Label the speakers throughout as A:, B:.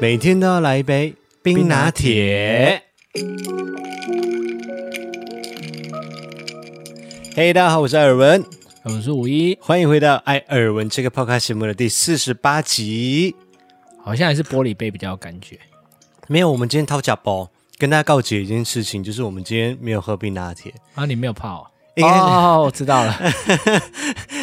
A: 每天都要来一杯冰拿铁。嘿、大家好，我是艾尔文，
B: 我是五一，
A: 欢迎回到《艾尔文》这个 podcast 节目的第四十八集。
B: 好像还是玻璃杯比较有感觉。
A: 没有，我们今天掏假包，跟大家告解一件事情，就是我们今天没有喝冰拿铁，
B: 啊，你没有泡、哦？
A: 应该
B: 哦，我知道了。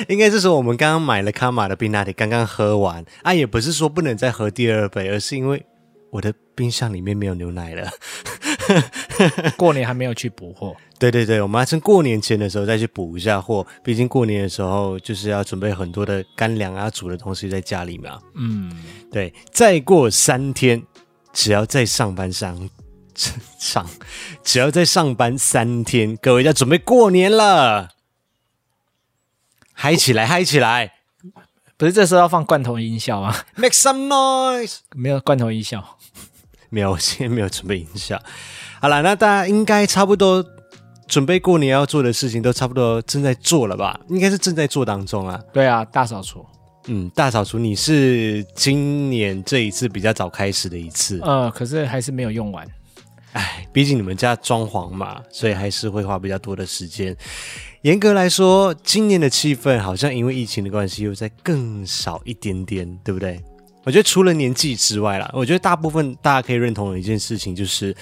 A: 应该是说我们刚刚买了卡玛的冰拿铁，刚刚喝完啊，也不是说不能再喝第二杯，而是因为我的冰箱里面没有牛奶了。
B: 过年还没有去补货，
A: 对对对，我们要趁过年前的时候再去补一下货，毕竟过年的时候就是要准备很多的干粮啊、煮的东西在家里嘛。
B: 嗯，
A: 对，再过三天，只要在上班上 上，只要在上班三天，各位要准备过年了，嗨起来，嗨起来
B: 不是这时候要放罐头音效吗？
A: ，make some noise。
B: 没有罐头音效，
A: 没有，我今天没有准备音效。 好了，那大家应该差不多准备过年要做的事情都差不多正在做了吧？应该是正在做当中啊。
B: 对啊，大扫除。
A: 嗯，大扫除你是今年这一次比较早开始的一次，
B: 呃，可是还是没有用完。
A: 哎，毕竟你们家装潢嘛，所以还是会花比较多的时间。严格来说，今年的气氛好像因为疫情的关系又再更少一点点，对不对？我觉得除了年纪之外啦，我觉得大部分大家可以认同的一件事情就是，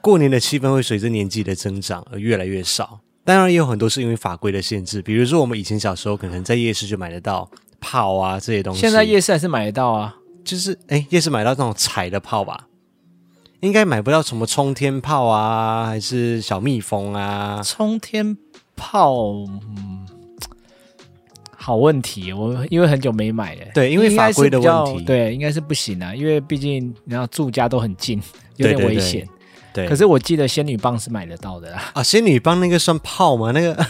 A: 过年的气氛会随着年纪的增长而越来越少。当然，也有很多是因为法规的限制，比如说我们以前小时候可能在夜市就买得到炮啊这些东西，
B: 现在夜市还是买得到啊。
A: 就是哎，夜市买到那种彩的炮吧，应该买不到什么冲天炮啊，还是小蜜蜂啊？
B: 冲天炮，嗯，好问题。我因为很久没买了，
A: 对因为
B: 应该是
A: 法规的
B: 比较
A: 问题
B: 对，应该是不行啊。因为毕竟然后住家都很近，有
A: 对
B: 点
A: 对
B: 危
A: 对
B: 险。
A: 对，
B: 可是我记得仙女棒是买得到的啦。
A: 啊，仙女棒那个算炮吗？那个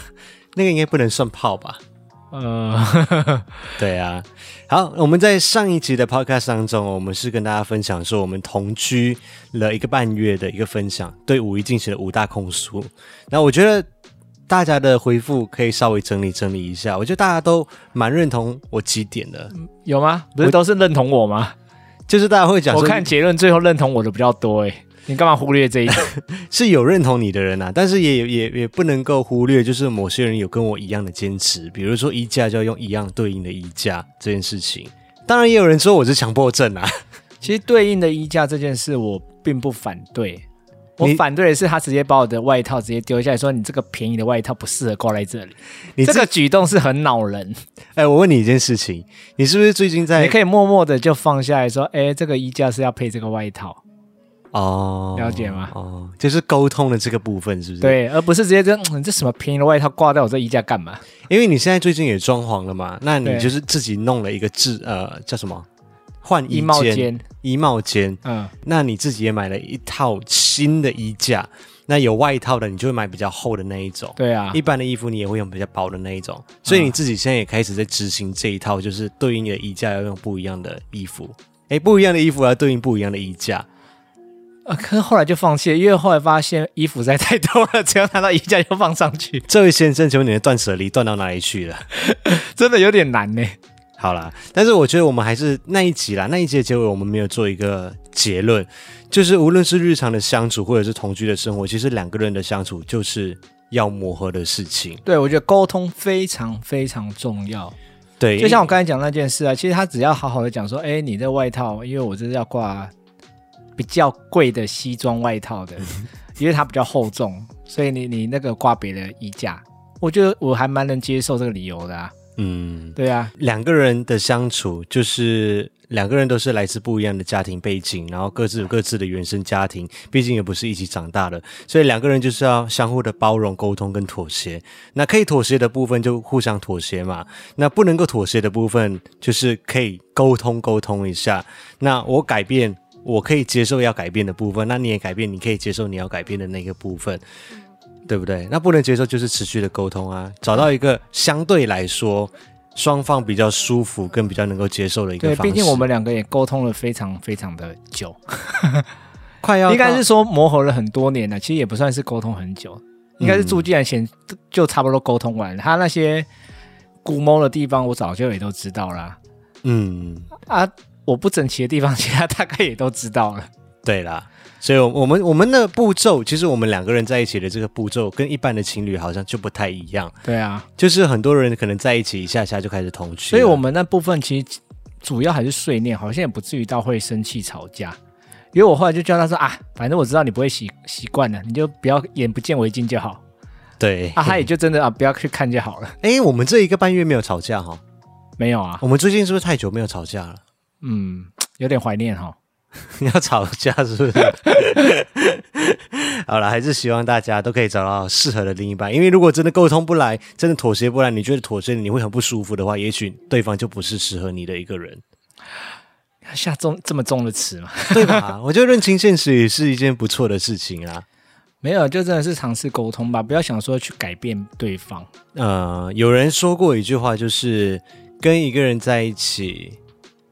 A: 那个应该不能算炮吧？
B: 呃，
A: 对啊，好，我们在上一集的 podcast 当中，我们是跟大家分享说我们同居了一个半月的一个分享，对五一进行了五大控诉。那我觉得大家的回复可以稍微整理整理一下，我觉得大家都蛮认同我几点的，
B: 有吗？不是都是认同我吗？
A: 就是大家会讲
B: 我
A: 说
B: 看结论最后认同我的比较多哎、你干嘛忽略这一点？
A: 是有认同你的人啊，但是也也也不能够忽略，就是某些人有跟我一样的坚持，比如说衣架就要用一样对应的衣架这件事情。当然，也有人说我是强迫症啊，
B: 其实对应的衣架这件事，我并不反对。我
A: 你
B: 反对的是他直接把我的外套直接丢下来，说你这个便宜的外套不适合挂在这里。
A: 你
B: 这
A: 自
B: 个举动是很恼人，
A: 哎，我问你一件事情，你是不是最近
B: 你
A: 在
B: 可以默默的就放下来说，哎、这个衣架是要配这个外套，
A: 哦
B: 了解吗
A: 哦，就是沟通的这个部分，是不是？，
B: 对，而不是直接这、嗯、这什么便宜的外套挂在我这衣架干嘛？
A: 因为你现在最近也装潢了嘛，那你
B: 对
A: 就是自己弄了一个制呃叫什么换
B: 衣
A: 衣
B: 帽
A: 间，
B: 间，
A: 衣帽间，
B: 嗯，
A: 那你自己也买了一套新的衣架，那有外套的你就会买比较厚的那一种，
B: 对啊
A: 一，般的衣服你也会用比较薄的那一种，所以你自己现在也开始在执行这一套，就是对应的衣架要用不一样的衣服，诶，不一样的衣服要啊对应不一样的衣架，
B: 啊，可是后来就放弃了，因为后来发现衣服实在太多了，只要拿到衣架就放上去，
A: 这位先生，请问你的断舍离断到哪里去了？
B: 真的有点难呢。
A: 好啦，但是我觉得我们还是那一集啦，那一集的结尾我们没有做一个结论，就是无论是日常的相处或者是同居的生活，其实两个人的相处就是要磨合的事情。
B: 对，我觉得沟通非常非常重要。
A: 对，
B: 就像我刚才讲那件事啊，其实他只要好好的讲说，哎，你这外套，因为我这是要挂比较贵的西装外套的，因为它比较厚重，所以你你那个挂别的衣架，我觉得我还蛮能接受这个理由的啊。
A: 嗯，
B: 对啊，
A: 两个人的相处，就是两个人都是来自不一样的家庭背景，然后各自有各自的原生家庭，毕竟也不是一起长大的，所以两个人就是要相互的包容、沟通跟妥协。那可以妥协的部分就互相妥协嘛，那不能够妥协的部分就是可以沟通沟通一下。那我改变。我可以接受要改变的部分，那你也改变，你可以接受你要改变的那个部分，对不对？那不能接受就是持续的沟通啊，找到一个相对来说双方比较舒服、更比较能够接受的一个
B: 对，
A: 方式。
B: 毕竟我们两个也沟通了非常非常的久，
A: 快要到
B: 应该是说磨合了很多年了，其实也不算是沟通很久，应该是住进来前就差不多沟通完了，他那些古摸的地方我早就也都知道啦。
A: 嗯，
B: 啊，我不整齐的地方，其实他大概也都知道了。
A: 对啦，所以，我我们我们的步骤，其实我们两个人在一起的这个步骤，跟一般的情侣好像就不太一样。
B: 对啊，
A: 就是很多人可能在一起一下下就开始同居了，
B: 所以我们那部分其实主要还是碎念，好像也不至于到会生气吵架。因为我后来就叫他说啊，反正我知道你不会习习惯的，你就不要眼不见为净就好。
A: 对
B: 啊，他也就真的啊，不要去看就好了。
A: 哎，我们这一个半月没有吵架哈，
B: 没有啊，
A: 我们最近是不是太久没有吵架了？
B: 嗯，有点怀念哈。
A: 你要吵架是 不是？好了，还是希望大家都可以找到适合的另一半，因为如果真的沟通不来，真的妥协不来，你觉得妥协你会很不舒服的话，也许对方就不是适合你的一个人，
B: 下重这么重的词嘛？
A: 对吧？ 我觉得认清现实也是一件不错的事情啦。
B: 没有，就真的是尝试沟通吧，不要想说去改变对方。
A: 呃，有人说过一句话，就是跟一个人在一起，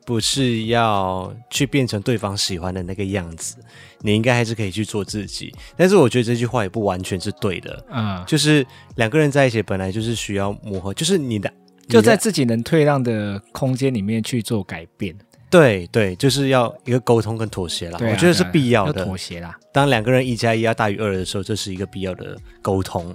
A: 不是要去变成对方喜欢的那个样子，你应该还是可以去做自己。但是我觉得这句话也不完全是对的，
B: 嗯，
A: 就是两个人在一起本来就是需要磨合，就是你的
B: 就在
A: 你的
B: 自己能退让的空间里面去做改变。
A: 对对，就是要一个沟通跟妥协啦。
B: 对啊
A: 我觉得是
B: 对啊
A: 必要的。
B: 妥协啦。
A: 当两个人一加一要大于二的时候，这是一个必要的沟通。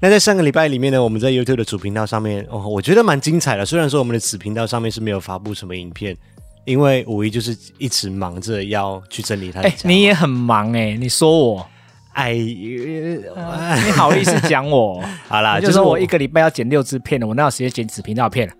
A: 那在上个礼拜里面呢，我们在 YouTube 的主频道上面，哦，我觉得蛮精彩的。虽然说我们的子频道上面是没有发布什么影片，因为五一就是一直忙着要去整理他的
B: 哎、
A: 家嘛。
B: 你也很忙哎、你说我，
A: 哎呦，
B: 你好意思 讲我？
A: 好啦，
B: 你
A: 啊就
B: 哎就是说我一个礼拜要剪六支片了，我哪有时间剪纸频道片啊？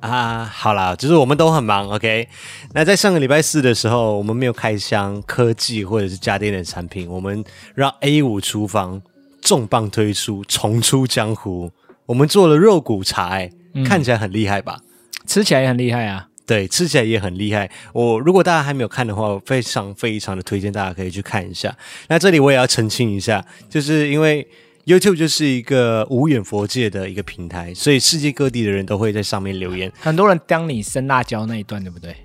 A: 啊，好啦，就是我们都很忙，OK。那在上个礼拜四的时候，我们没有开箱科技或者是家电的产品，我们让 A 五厨房重磅推出，重出江湖。我们做了肉骨茶、欸，看起来很厉害吧？
B: 吃起来也很厉害啊。
A: 对，吃起来也很厉害。我如果大家还没有看的话，我非常非常的推荐大家可以去看一下。那这里我也要澄清一下，就是因为 YouTube 就是一个无远佛界的一个平台，所以世界各地的人都会在上面留言。
B: 很多人当你生辣椒那一段，对不对？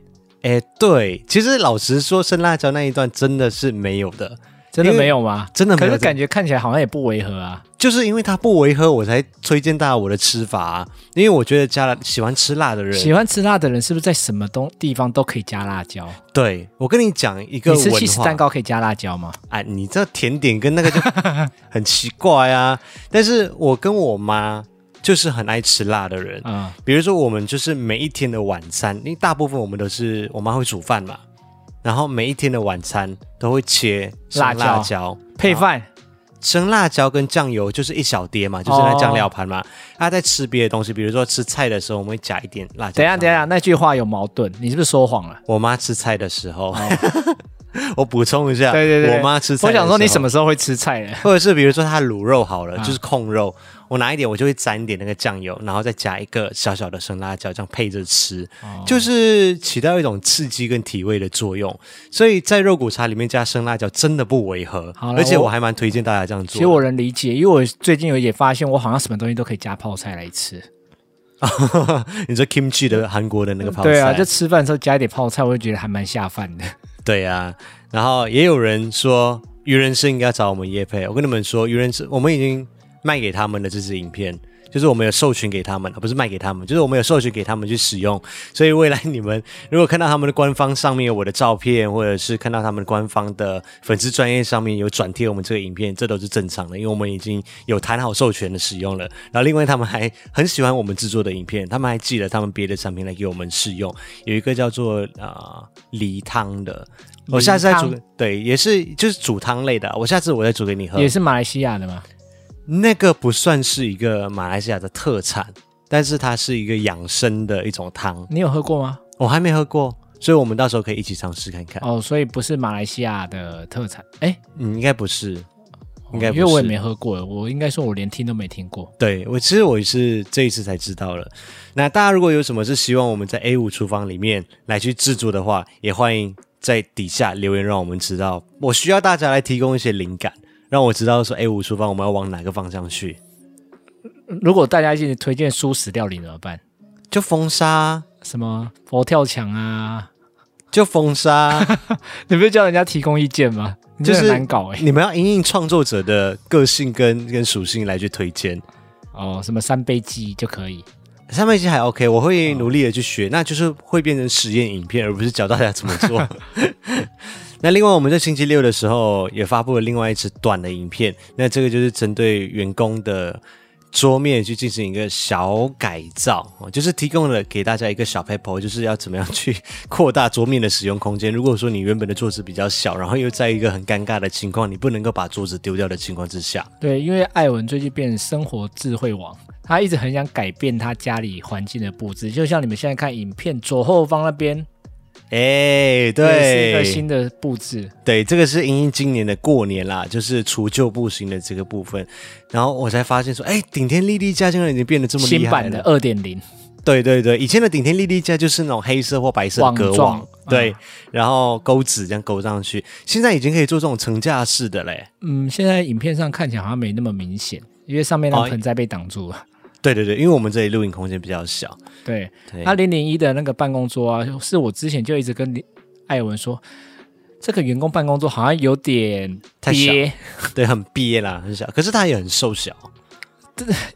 A: 哎，对，其实老实说，生辣椒那一段真的是没有的，
B: 真的
A: 因为
B: 没有吗？
A: 真的没有
B: 可是感觉看起来好像也不违和啊。
A: 就是因为它不违和，我才推荐大家我的吃法、啊。因为我觉得加了喜欢吃辣的人，
B: 喜欢吃辣的人是不是在什么东地方都可以加辣椒？
A: 对我跟你讲一个
B: 你吃
A: 文化，
B: 起司蛋糕可以加辣椒吗？
A: 哎，你这甜点跟那个就 很奇怪啊。但是我跟我妈就是很爱吃辣的人，
B: 嗯，
A: 比如说我们就是每一天的晚餐，因为大部分我们都是我妈会煮饭嘛，然后每一天的晚餐都会切生
B: 辣椒
A: 辣椒
B: 啊配饭
A: 生辣椒跟酱油就是一小碟嘛，就是那酱料盘
B: 哦
A: 嘛。他、在吃别的东西，比如说吃菜的时候，我们会加一点辣椒。
B: 等一下，等一，下，那句话有矛盾，你是不是说谎了？
A: 我妈吃菜的时候， 我补充一下，
B: 哦对对对，
A: 我妈吃菜
B: 我
A: 的时候，
B: 想说你什么时候会吃菜呢？
A: 或者是比如说它卤肉好了，
B: 啊
A: 就是控肉，我拿一点我就会沾一点那个酱油，然后再加一个小小的生辣椒，这样配着吃，
B: 哦
A: 就是起到一种刺激跟提味的作用。所以在肉骨茶里面加生辣椒真的不违和，
B: 好啦
A: 而且
B: 我
A: 我还蛮推荐大家这样做的。
B: 其实我能理解，因为我最近有也发现，我好像什么东西都可以加泡菜来吃。
A: 你说 kimchi 的韩国的那个泡菜，
B: 对啊，就吃饭的时候加一点泡菜，我就觉得还蛮下饭的。
A: 对啊，然后也有人说愚人是应该找我们叶配。我跟你们说，愚人是我们已经卖给他们的这支影片，就是我们有授权给他们，啊不是卖给他们，就是我们有授权给他们去使用。所以未来你们如果看到他们的官方上面有我的照片，或者是看到他们官方的粉丝专业上面有转贴我们这个影片，这都是正常的，因为我们已经有谈好授权的使用了。然后另外他们还很喜欢我们制作的影片，他们还寄了他们别的产品来给我们试用，有一个叫做啊、呃、梨汤的，我下次再煮
B: 梨，
A: 对，也是就是煮汤类的，啊我下次我再煮给你喝
B: 也。是马来西亚的嘛？
A: 那个不算是一个马来西亚的特产，但是它是一个养生的一种汤，
B: 你有喝过吗？
A: 我还没喝过。所以我们到时候可以一起尝试看看。
B: 哦，所以不是马来西亚的特产。哎，
A: 嗯，应该不是，应该不
B: 哦因
A: 是
B: 为我也没喝过，我应该说我连听都没听过。
A: 对我，其实我也是这一次才知道了。那大家如果有什么是希望我们在 A 五厨房里面来去制作的话，也欢迎在底下留言让我们知道。我需要大家来提供一些灵感，让我知道说 A 五厨房我们要往哪个方向去。
B: 如果大家一起推荐素食料理怎么办？
A: 就封杀，
B: 什么佛跳墙啊？
A: 就封杀，
B: 你不是叫人家提供意见吗？你
A: 就
B: 真的
A: 是
B: 很难搞哎、
A: 你们要因应创作者的个性跟跟属性来去推荐。
B: 哦，什么三杯鸡就可以，
A: 上半集还 OK，我
B: 嗯
A: 会努力的去学，那就是会变成实验影片，而不是教大家怎么 做。那另外，我们在星期六的时候也发布了另外一支短的影片，那这个就是针对员工的桌面去进行一个小改造，哦就是提供了给大家一个小 paper，就是要怎么样去扩大桌面的使用空间。如果说你原本的桌子比较小，然后又在一个很尴尬的情况，你不能够把桌子丢掉的情况之下，
B: 对，因为艾文最近变成生活智慧王，他一直很想改变他家里环境的布置，就像你们现在看影片左后方那边，
A: 哎，
B: 是一
A: 对，
B: 个新的布置。
A: 对，这个是英英今年的过年啦，就是除旧布新的这个部分，然后我才发现说，哎，顶天立地家竟然已经变得这么厉
B: 新
A: 害
B: 版的
A: 了。
B: 二点零，
A: 对对对，以前的顶天立地家就是那种黑色或白色的
B: 网
A: 格
B: 状嗯
A: 网，对，然后钩子这样勾上去，现在已经可以做这种层架式的嘞。
B: 嗯，现在影片上看起来好像没那么明显，因为上面那
A: 哦
B: 个盆栽被挡住了。
A: 对对对，因为我们这里录影空间比较小，
B: 对，啊
A: 对，
B: 他零零一的那个办公桌啊，是我之前就一直跟你艾文说，这个员工办公桌好像有点
A: 太小
B: 憋，
A: 对，很憋啦，很小，可是它也很瘦小。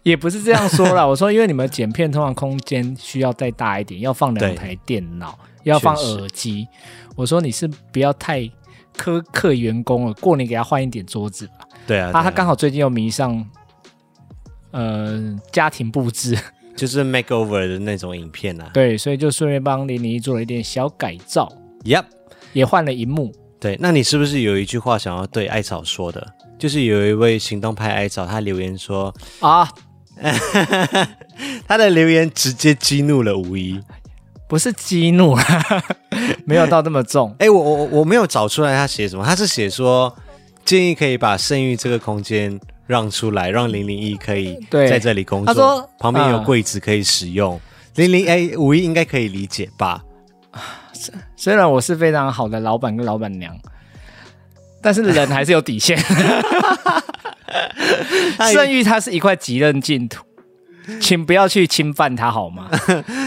B: 也不是这样说啦。我 说，因为你们剪片通常空间需要再大一点，要放两
A: 对
B: 台电脑，要放
A: 确实
B: 耳机。我说你是不要太苛刻员工了，过年给他换一点桌子吧。
A: 对啊，
B: 啊，他
A: 对啊
B: 刚好最近又迷上呃家庭布置，
A: 就是 makeover 的那种影片啊啦。
B: 对，所以就顺便帮零零一做了一点小改造，
A: Yep，
B: 也换了荧幕。
A: 对，那你是不是有一句话想要对艾草说的？就是有一位行动派艾草，他留言说，
B: 啊，
A: 他的留言直接激怒了吴一。
B: 不是激怒 啦，没有到那么重。
A: 哎，我我我我没有找出来他写什么，他是写说建议可以把剩余这个空间让出来，让零零一可以
B: 对
A: 在这里工作。
B: 他说
A: 旁边有
B: 啊
A: 柜子可以使用。零零哎，吴一应该可以理解吧？
B: 虽然我是非常好的老板跟老板娘，但是人还是有底线。
A: 哎
B: 剩余它是一块极刃净土，请不要去侵犯它好 吗？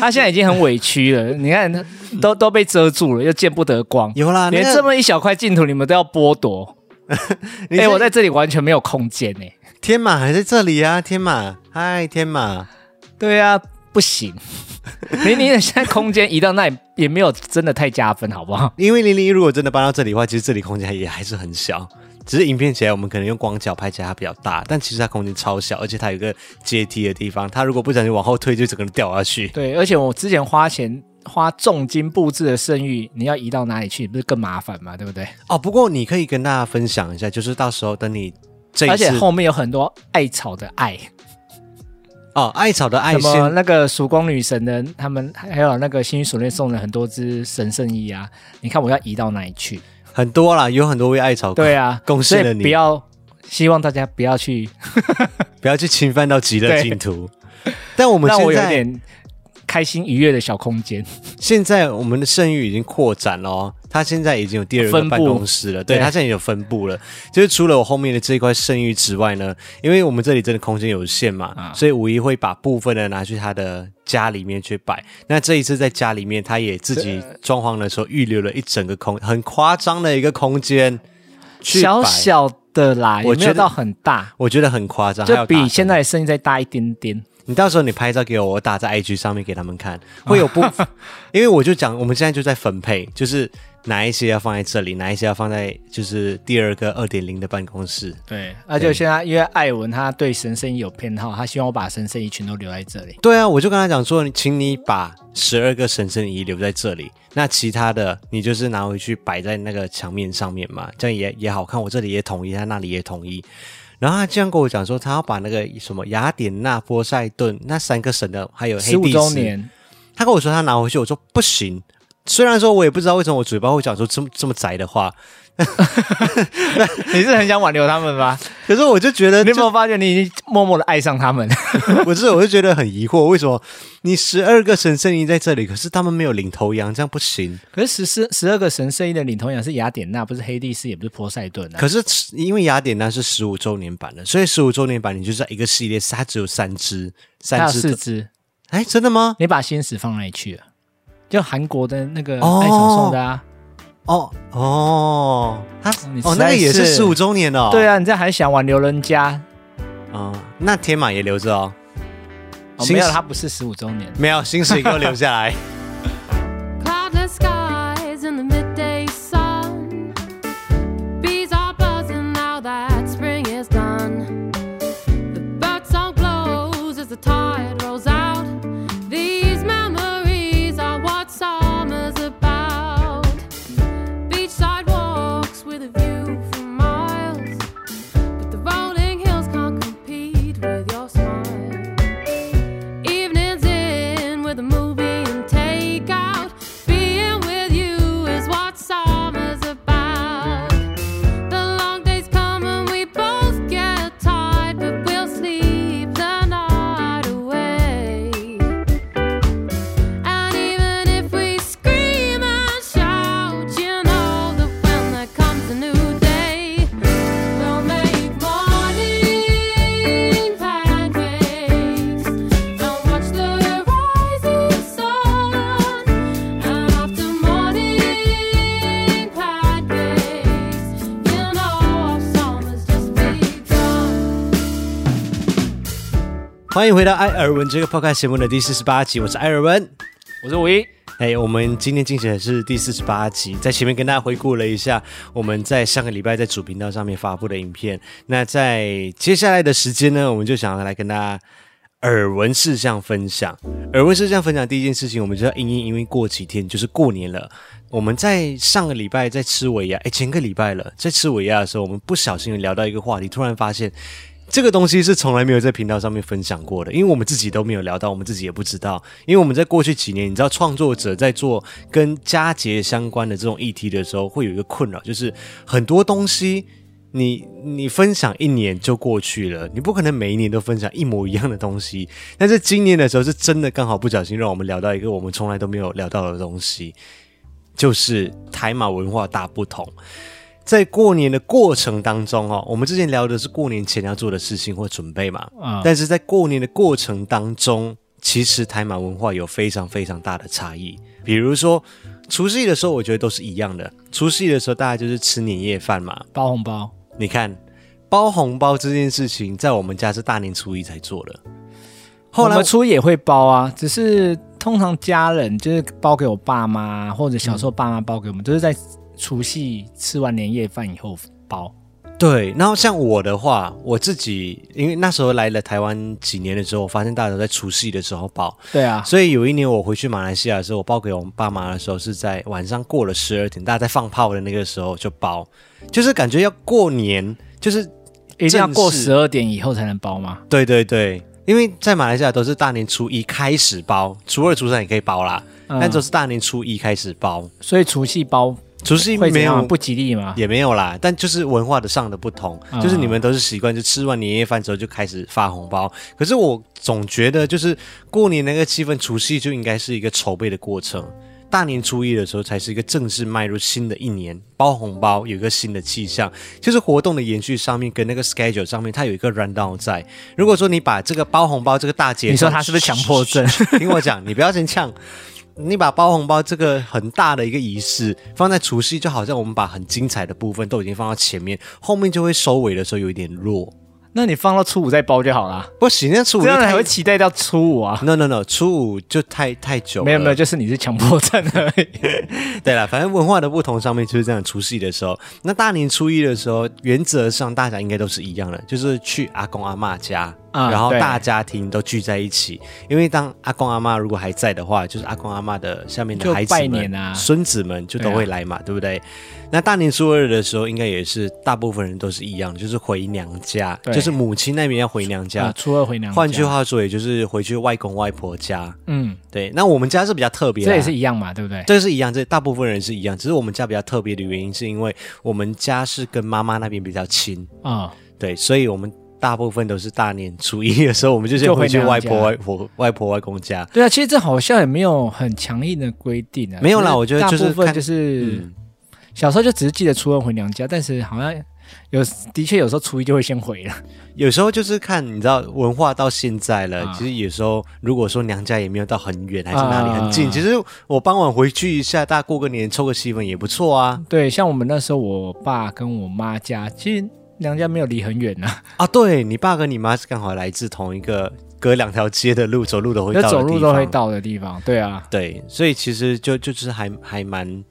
B: 他现在已经很委屈了，你看都都被遮住了，又见不得光。
A: 有啦，
B: 连
A: 那个
B: 这么一小块净土，你们都要剥夺？
A: 你
B: 哎、
A: 是
B: 我在这里完全没有空间呢、
A: 天马还在这里啊，天马，嗨，天马，
B: 对啊，不行。 你你现在空间移到那里也没有真的太加分，好不好？
A: 因为零零一如果真的搬到这里的话，其实这里空间也还是很小，只是影片起来我们可能用光脚拍起来它比较大，但其实它空间超小，而且它有一个阶梯的地方，它如果不小心往后退，就整个人掉下去。
B: 对，而且我之前花钱花重金布置的圣域，你要移到哪里去，不是更麻烦吗？对不对？
A: 哦，不过你可以跟大家分享一下，就是到时候等你这一
B: 而
A: 次
B: 且后面有很多艾草的艾，
A: 哦，艾草的艾
B: 什么
A: 线，
B: 那个曙光女神的，他们还有那个星宇锁链送了很多只神圣衣啊。你看我要移到哪里去？
A: 很多啦，有很多位艾草
B: 对
A: 哦
B: 啊，
A: 贡
B: 所
A: 献了
B: 以
A: 你，
B: 不要。希望大家不要去
A: 不要去侵犯到极乐
B: 对
A: 净土。但我们
B: 让
A: 现
B: 我有
A: 在
B: 点开心愉悦的小空间。
A: 现在我们的剩余已经扩展了哦，它现在已经有第二个
B: 分布
A: 办公室了，对，
B: 对
A: 它现在有分布了。就是除了我后面的这一块剩余之外呢，因为我们这里真的空间有限嘛，
B: 啊
A: 所以五一会把部分的拿去他的家里面去摆。那这一次在家里面，他也自己装潢的时候预留了一整个空，很夸张的一个空间去摆
B: 小，小的啦，
A: 我
B: 也没
A: 觉
B: 有
A: 得
B: 到很大，
A: 我觉得很夸张，还有
B: 就
A: 打
B: 比
A: 灯
B: 现在的声音再大一点点。
A: 你到时候你拍照给我，我打在 IG 上面给他们看，
B: 啊
A: 会有 不，因为我就讲，我们现在就在分配，就是哪一些要放在这里，哪一些要放在就是第二个二点零的办公室。
B: 对，而且现在因为艾文他对神圣衣有偏好，他希望我把神圣衣全都留在这里。
A: 对啊，我就跟他讲说，请你把十二个神圣仪留在这里，那其他的你就是拿回去摆在那个墙面上面嘛，这样也也好看。我这里也统一，他那里也统一。然后他这样跟我讲说，他要把那个什么雅典娜、波塞顿那三个神的，还有黑
B: 十五
A: 帝
B: 周
A: 斯，
B: 年，
A: 他跟我说他拿回去，我说不行。虽然说我也不知道为什么我嘴巴会讲出这么这么宅的话，
B: 你是很想挽留他们吗？
A: 可是我就觉得
B: 你有没
A: 就，
B: 有发觉你已经默默的爱上他们？
A: 不是，我就觉得很疑惑，为什么你十二个神圣仪在这里，可是他们没有领头羊，这样不行。
B: 可是十四十二个神圣衣的领头羊是雅典娜，不是黑帝斯，也不是波塞顿啊。
A: 可是因为雅典娜是十五周年版的，所以十五周年版你就是一个系列，它只有三只，
B: 还
A: 三
B: 有
A: 只
B: 四
A: 的。
B: 只，
A: 哎，真的吗？
B: 你把心思放哪里去了？就韩国的那个
A: 哦
B: 艾草送的啊。
A: 哦哦，它
B: 你实
A: 哦
B: 在
A: 那个也是
B: 是
A: 十五周年哦。
B: 啊对，啊，你这还想挽留人家？
A: 嗯，那天马也留着哦。
B: 哦、
A: 薪
B: 没有，
A: 水
B: 它不是十五周年。
A: 哦没有薪水给我留下来。
C: Cloudless skies in the midday sun. Bees are buzzing now that spring is done. The bird song blows as the tide rolls out. These memories are what summer's about. Beachside walks with a view for miles. But the rolling hills can't compete with your smile. Evenings in with a movie and takeout. Being with you is what summer's about. The long days come and we both get tired, but we'll sleep the night away. And even if we scream and shout, you know that when there comes a new day, we'll make morning pancakes. Don't watch the rising sun. And after morning pancakes, you know our summer's just begun.
A: 欢迎回到艾尔文这个 podcast 节目的第四十八集，我是艾尔文。
B: 我是五一，
A: 哎，我们今天进行的是第四十八集，在前面跟大家回顾了一下我们在上个礼拜在主频道上面发布的影片。那在接下来的时间呢，我们就想要来跟大家耳闻事项分享。耳闻事项分享第一件事情，我们就要因应因为过几天就是过年了。我们在上个礼拜在吃尾牙，哎，前个礼拜了，在吃尾牙的时候，我们不小心聊到一个话题，突然发现这个东西是从来没有在频道上面分享过的，因为我们自己都没有聊到，我们自己也不知道。因为我们在过去几年，你知道，创作者在做跟佳节相关的这种议题的时候，会有一个困扰，就是很多东西你你分享一年就过去了，你不可能每一年都分享一模一样的东西。但是今年的时候，是真的刚好不小心让我们聊到一个我们从来都没有聊到的东西，就是台马文化大不同。在过年的过程当中哦，我们之前聊的是过年前要做的事情或准备嘛，
B: 啊
A: 但是在过年的过程当中，其实台马文化有非常非常大的差异。比如说除夕的时候，我觉得都是一样的。除夕的时候，大家就是吃年夜饭嘛，
B: 包红包，
A: 你看，包红包这件事情，在我们家是大年初一才做的。后来
B: 我们初一也会包啊，只是通常家人就是包给我爸妈，或者小时候爸妈包给我们，都、是在除夕吃完年夜饭以后包。
A: 对，然后像我的话，我自己因为那时候来了台湾几年的时候，我发现大家都在除夕的时候包，
B: 对啊，
A: 所以有一年我回去马来西亚的时候，我包给我爸妈的时候是在晚上过了十二点，大家在放炮的那个时候就包，就是感觉要过年，就是
B: 一定要过
A: 正式
B: 十二点以后才能包吗？
A: 对对对，因为在马来西亚都是大年初一开始包，初二、初三也可以包啦，
B: 嗯
A: 但都是大年初一开始包。
B: 所以除夕包
A: 除夕
B: 会怎
A: 没
B: 样啊
A: 有
B: 不吉利吗？
A: 也没有啦，但就是文化的上的不同，
B: 嗯
A: 就是你们都是习惯就吃完年夜饭之后就开始发红包，可是我总觉得就是过年那个气氛，除夕就应该是一个筹备的过程。大年初一的时候才是一个正式迈入新的一年，包红包有一个新的气象，就是活动的延续上面跟那个 schedule 上面它有一个 run down 在。如果说你把这个包红包这个大节奏，
B: 你说他是不是强迫症？
A: 听我讲，你不要先呛。你把包红包这个很大的一个仪式放在除夕，就好像我们把很精彩的部分都已经放到前面，后面就会收尾的时候有一点弱。
B: 那你放到初五再包就好啦，
A: 不行，那初五
B: 这
A: 就
B: 样
A: 太嗯
B: 才会期待到初五啊。
A: No No No，初五就太太久了。
B: 没有没有，就是你是强迫症而已。
A: 对了，反正文化的不同上面就是这样。除夕的时候，那大年初一的时候，原则上大家应该都是一样的，就是去阿公阿嬷家，
B: 啊
A: 然后
B: 对
A: 大家庭都聚在一起。因为当阿公阿嬷如果还在的话，就是阿公阿嬷的下面的
B: 就
A: 孩子
B: 拜
A: 们、
B: 年啊
A: 孙子们就都会来嘛，对不对？那大年初二的时候，应该也是大部分人都是一样的，就是回娘家，
B: 对
A: 就是母亲那边要回娘家。
B: 啊初二回娘家，
A: 换句，话说，也就是回去外公外婆家。
B: 嗯，
A: 对，那我们家是比较特别啦，啊
B: 这也是一样嘛，对不对？
A: 这是一样，这大部分人是一样，只是我们家比较特别的原因，是因为我们家是跟妈妈那边比较亲，
B: 啊，
A: 对，所以我们大部分都是大年初一的时候，我们就先
B: 就回
A: 回去
B: 娘家
A: 外婆、外婆、外婆、外公家。
B: 对啊，其实这好像也没有很强硬的规定啊。
A: 没有啦
B: 只是
A: 我觉得
B: 大
A: 就是
B: 部分
A: 看
B: 就是
A: 嗯，
B: 小时候就只是记得初二回娘家，但是好像有的确有时候初一就会先回了。
A: 有时候就是看你知道文化到现在了，
B: 啊
A: 其实有时候如果说娘家也没有到很远，还是哪里很近，
B: 啊
A: 其实我傍晚回去一下，大家过个年，凑个气氛也不错啊。
B: 对，像我们那时候，我爸跟我妈家，其实娘家没有离很远啊。
A: 啊，对你爸跟你妈是刚好来自同一个隔两条街的路，走路都会
B: 就
A: 到，
B: 走路都会。到的地方，对啊，
A: 对，所以其实就就就是还还蛮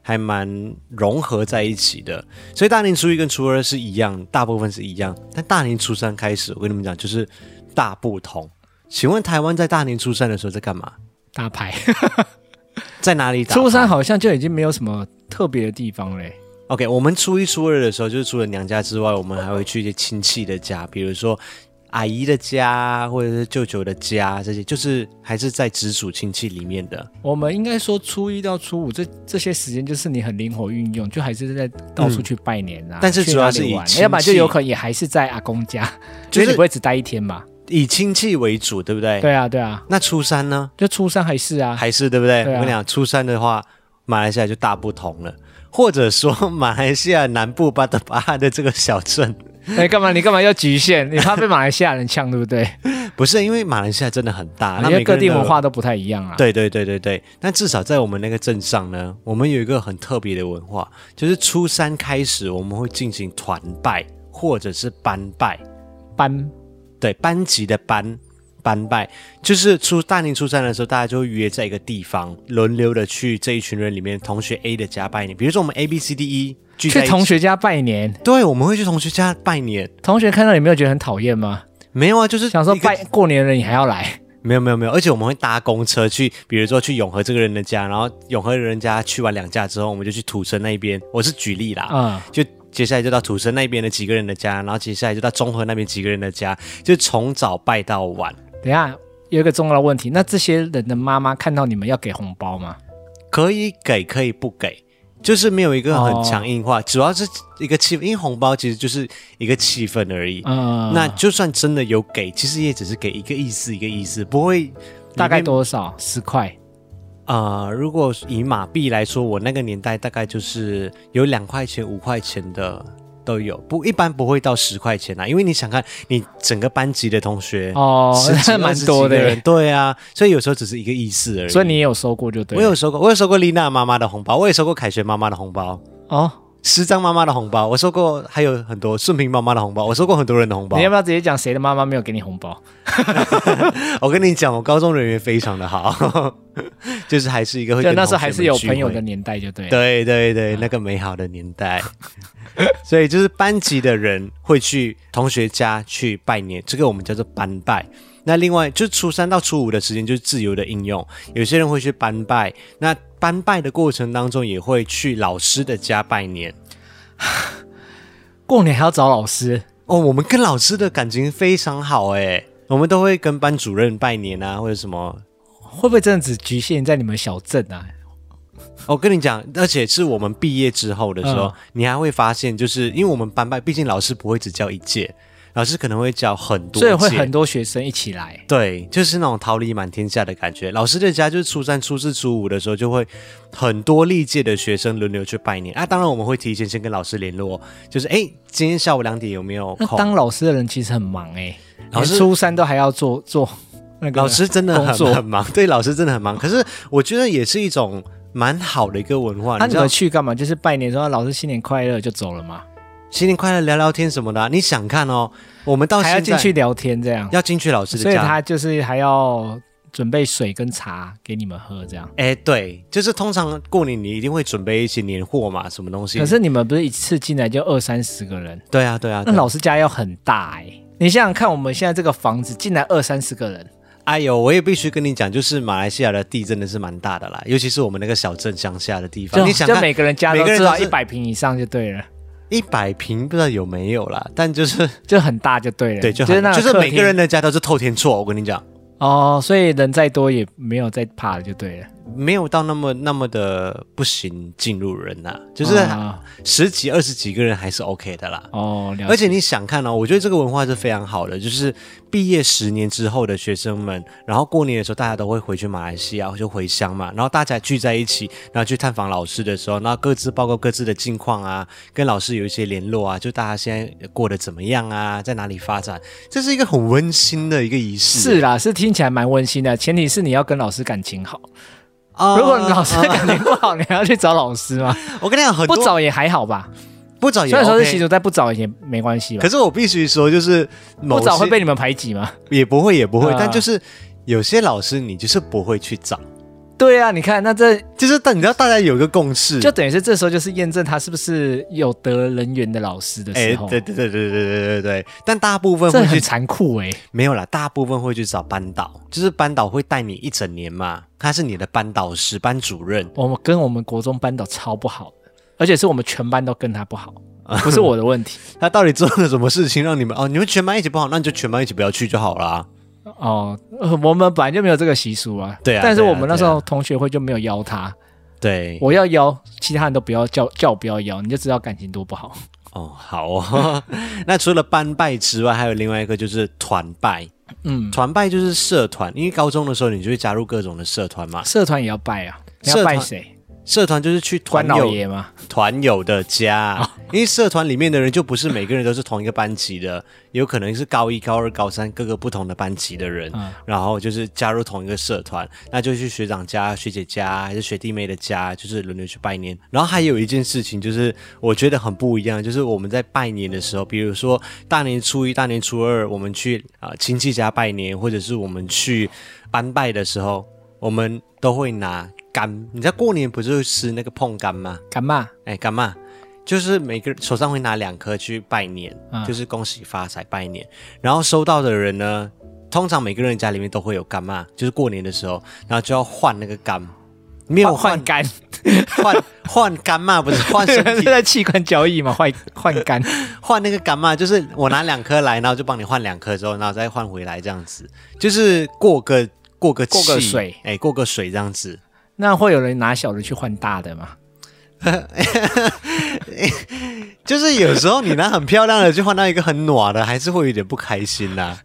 A: 还蛮融合在一起的。所以大年初一跟初二是一样，大部分是一样，但大年初三开始，我跟你们讲就是大不同。请问台湾在大年初三的时候在干嘛？
B: 大牌。
A: 在哪里打牌？
B: 初三好像就已经没有什么特别的地方嘞，
A: OK，我们初一、初二的时候，就是除了娘家之外，我们还会去一些亲戚的家，比如说阿姨的家，或者是舅舅的家，这些就是还是在直属亲戚里面的。
B: 我们应该说初一到初五这这些时间，就是你很灵活运用，就还是在到处去拜年啊。
A: 嗯但是主要是以
B: 去哪里玩
A: 亲戚
B: 要不然就有可能也还是在阿公家，
A: 就是
B: 所以你不会只待一天嘛。
A: 以亲戚为主，对不对？。
B: 对啊，对啊，
A: 那初三呢？
B: 就初三还是啊，
A: 还是对不对？
B: 对啊
A: 我跟你讲，初三的话，马来西亚就大不同了。 或者说，马来西亚南部巴德巴哈的这个小镇，
B: 哎，干嘛你干嘛要局限？你怕被马来西亚人呛，对不对？
A: 不是因为马来西亚真的很大，那
B: 啊因
A: 啊每
B: 为
A: 个
B: 各
A: 人
B: 地
A: 都有
B: 文化都不太一样啊。，
A: 对对对对对，那至少在我们那个镇上呢，我们有一个很特别的文化，就是初三开始我们会进行团拜或者是班拜，
B: 班
A: 对班级的班班拜，就是初大年初三的时候，大家就会约在一个地方，轮流的去这一群人里面同学 A 的家拜年，比如说我们 A B C D E 聚在一
B: 去
A: 起
B: 同，学家拜年，
A: 对，我们会去同学家拜年，
B: 同学看到你没有觉得很讨厌吗？
A: 没有啊，就是
B: 想说
A: 一个
B: 拜过年了你还要来，
A: 没有没有没有，而且我们会搭公车去，比如说去永和这个人的家，然后永和人家去完两家之后，我们就去土城那边。我是举例啦，
B: 嗯，
A: 就接下来就到土城那边的几个人的家，然后接下来就到中和那边几个人的家，就从早拜到晚。
B: 等一下有一个重要的问题，那这些人的妈妈看到你们要给红包吗？
A: 可以给，可以不给，就是没有一个很强硬
B: 哦
A: 化，主要是一个气氛，因为红包其实就是一个气氛而已。
B: 嗯，
A: 那就算真的有给，其实也只是给一个意思一个意思，不会
B: 大概
A: 里面
B: 多少？十块。
A: 啊、如果以马币来说，我那个年代大概就是有两块钱、五块钱的都有，不一般不会到十块钱啊啦，因为你想看你整个班级的同学
B: 哦
A: 十几，
B: 那蛮多的
A: 20几个
B: 耶
A: 人，。对啊，所以有时候只是一个意思而已。
B: 所以你也有收过就对
A: 我
B: 了。
A: 有收过，我有收过丽娜妈妈的红包，我也收过凯旋妈妈的红包，
B: 哦，
A: 十张妈妈的红包，我收过，还有很多顺平妈妈的红包，我收过很多人的红包
B: 你。要不要直接讲谁的妈妈没有给你红包？
A: 我跟你讲，我高中人缘非常的好， 就是还是一个会
B: 就
A: 跟
B: 那时候
A: 同学
B: 还是
A: 们
B: 有
A: 聚
B: 朋友
A: 会
B: 的年代就对了。
A: 对对对，那个美好的年代， 所以就是班级的人会去同学家去拜年，这个我们叫做班拜。那另外就是初三到初五的时间就是自由的应用，有些人会去班拜，那班拜的过程当中也会去老师的家拜年。
B: 过年还要找老师，
A: 哦，我们跟老师的感情非常好诶，我们都会跟班主任拜年啊，或者什么。
B: 会不会真的只局限在你们小镇啊？
A: 我、哦跟你讲，而且是我们毕业之后的时候，
B: 嗯
A: 你还会发现，就是因为我们班拜，毕竟老师不会只教一届，老师可能会教很多
B: 所
A: 届，
B: 以会很多学生一起来。
A: 对，就是那种桃李满天下的感觉。老师的家就是初三、初四、初五的时候，就会很多历届的学生轮流去拜年啊。当然，我们会提前先跟老师联络，就是哎，今天下午两点有没有
B: 那
A: 空？
B: 当老师的人其实很忙哎、
A: 老师
B: 连初三都还要做做那个
A: 老师真的
B: 工
A: 很
B: 作
A: 很忙，对，老师真的很忙。可是我觉得也是一种蛮好的一个文化，
B: 那、
A: 你
B: 啊你
A: 知道
B: 们去干嘛？就是拜年说老师新年快乐就走了嘛，
A: 新年快乐，聊聊天什么的啊、你想看哦，我们到
B: 还
A: 现
B: 要
A: 在
B: 进去聊天这样，
A: 要进去老师的
B: 所以
A: 家。
B: 他就是还要准备水跟茶给你们喝这样。
A: 哎，对，就是通常过年你一定会准备一些年货嘛，什么东西。
B: 可是你们不是一次进来就二三十个人，
A: 对啊，对啊，
B: 那
A: 对啊
B: 老师家要很大哎、你想想看，我们现在这个房子进来二三十个人，
A: 哎呦，我也必须跟你讲，就是马来西亚的地真的是蛮大的啦，尤其是我们那个小镇乡下的地方。
B: 就
A: 你想
B: 就
A: 看
B: 每个人家
A: 每
B: 都
A: 个人
B: 至
A: 都
B: 少
A: 是
B: 一百平以上就对了，
A: 一百平，不知道有没有啦，但就是
B: 就很大就对了。
A: 对，就
B: 就是
A: 很
B: 那
A: 就是
B: 客
A: 每个人
B: 厅
A: 的家都是透天厝。我跟你讲，
B: 哦，所以人再多也没有再怕了就对了。
A: 没有到那么那么的不行进入人呐、就是
B: 啊
A: 十几二十几个人还是 OK 的啦。
B: 哦，了解
A: 而且你想看哦，我觉得这个文化是非常好的，就是毕业十年之后的学生们，然后过年的时候大家都会回去马来西亚，就回乡嘛，然后大家聚在一起，然后去探访老师的时候，然后各自报告各自的近况啊，跟老师有一些联络啊，就大家现在过得怎么样啊，在哪里发展，这是一个很温馨的一个仪式。
B: 是啦，是听起来蛮温馨的，前提是你要跟老师感情好。
A: 啊
B: 如果老师感情不好，你还要去找老师吗？
A: 哦我跟你讲，很
B: 不
A: 多
B: 找也还好吧。
A: 不不找也
B: 虽然说是习
A: OK。
B: 俗，但不找也没关系吧
A: 可？是我必须说，就是某
B: 不找会
A: 些
B: 被你们排挤吗？
A: 也不会也不会，
B: 啊
A: 但就是有些老师你就是不会去找，
B: 对啊，你看，那这
A: 就是但你知道大家有一个共识，
B: 就等于是这时候就是验证他是不是有得人缘的老师的
A: 哎，
B: 时候，
A: 对对对对对对对对，但大部分
B: 这
A: 会
B: 很
A: 去
B: 残酷哎、
A: 没有啦，大部分会去找班导，就是班导会带你一整年嘛，他是你的班导师、班主任，
B: 我们跟我们国中班导超不好的，而且是我们全班都跟他不好， 不是我的问题
A: 他到底做了什么事情让你们哦？你们全班一起不好，那你就全班一起不要去就好啦。
B: 哦、呃我们本来就没有这个习俗啊。
A: 对啊
B: 但是
A: 对啊
B: 我们那时
A: 对
B: 候同学会就没有邀他，
A: 对，
B: 我要邀，其他人都不要叫叫我不要邀，你就知道感情多不好。
A: 哦，好哦。 那除了班拜之外，还有另外一个就是团拜。
B: 嗯，
A: 团拜就是社团，因为高中的时候你就会加入各种的社团嘛。
B: 社团也要拜啊，你
A: 社
B: 要
A: 团
B: 拜谁？
A: 社团就是去
B: 关
A: 团
B: 老
A: 友
B: 爷吗？
A: 团友的家，因为社团里面的人就不是每个人都是同一个班级的，有可能是高一、高二、高三各个不同的班级的人，
B: 嗯
A: 然后就是加入同一个社团，那就去学长家、学姐家还是学弟妹的家，就是轮流去拜年。然后还有一件事情就是我觉得很不一样，就是我们在拜年的时候，比如说大年初一、大年初二，我们去啊、呃亲戚家拜年，或者是我们去班拜的时候，我们都会拿干。你在过年不是会吃那个碰干吗？
B: 干嘛？
A: 哎，干嘛？就是每个人手上会拿两颗去拜年，
B: 嗯
A: 就是恭喜发财拜年。然后收到的人呢，通常每个人家里面都会有干嘛，就是过年的时候，然后就要换那个干，没有
B: 换
A: 换
B: 干，
A: 换换干嘛，不是换身
B: 这
A: 体，
B: 在器官交易嘛？换换干，
A: 换那个干嘛，就是我拿两颗来，然后就帮你换两颗之后，然后再换回来这样子，就是过个过个
B: 过个
A: 气
B: 水
A: 哎，过个水这样子。
B: 那会有人拿小的去换大的吗？
A: 就是有时候你拿很漂亮的去换到一个很暖的，还是会有点不开心啦、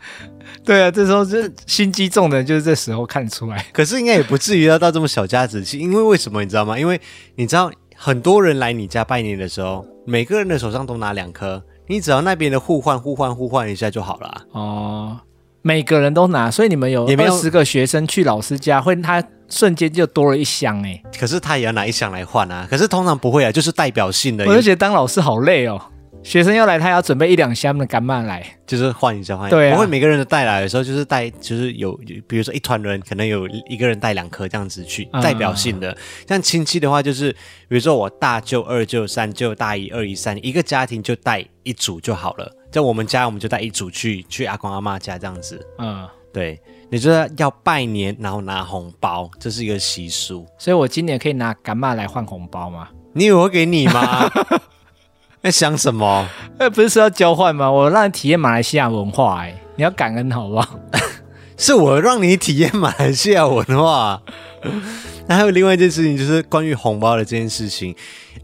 B: 对啊，这时候这心机重的人就是这时候看得出来。
A: 可是应该也不至于要到这么小家子气，因为为什么你知道吗？因为你知道很多人来你家拜年的时候，每个人的手上都拿两颗，你只要那边的互换、互换、互换一下就好了。啊
B: 哦，每个人都拿，所以你们有
A: 也没
B: 二
A: 有
B: 十个学生去老师家，会他瞬间就多了一箱哎、
A: 可是他也要拿一箱来换啊，可是通常不会啊，就是代表性的，
B: 我就觉得当老师好累哦。学生要来，他要准备一两箱的干妈来，
A: 就是换一下换一下。
B: 对啊
A: 不会每个人的带来的时候就是带，就是有，比如说一团人可能有一个人带两颗这样子去
B: 嗯
A: 代表性的。像亲戚的话，就是比如说我大舅、二舅、三舅、大姨、二姨、三姨，一个家庭就带一组就好了。在我们家，我们就带一组去去阿公阿妈家这样子。
B: 嗯，
A: 对，你就是要拜年，然后拿红包，这是一个习俗。
B: 所以我今年可以拿干妈来换红包吗？
A: 你以为我会给你吗？ 在想什么？
B: 呃，不是说要交换吗？我让你体验马来西亚文化哎、你要感恩好不好？
A: 是我让你体验马来西亚文化。 那还有另外一件事情，就是关于红包的这件事情。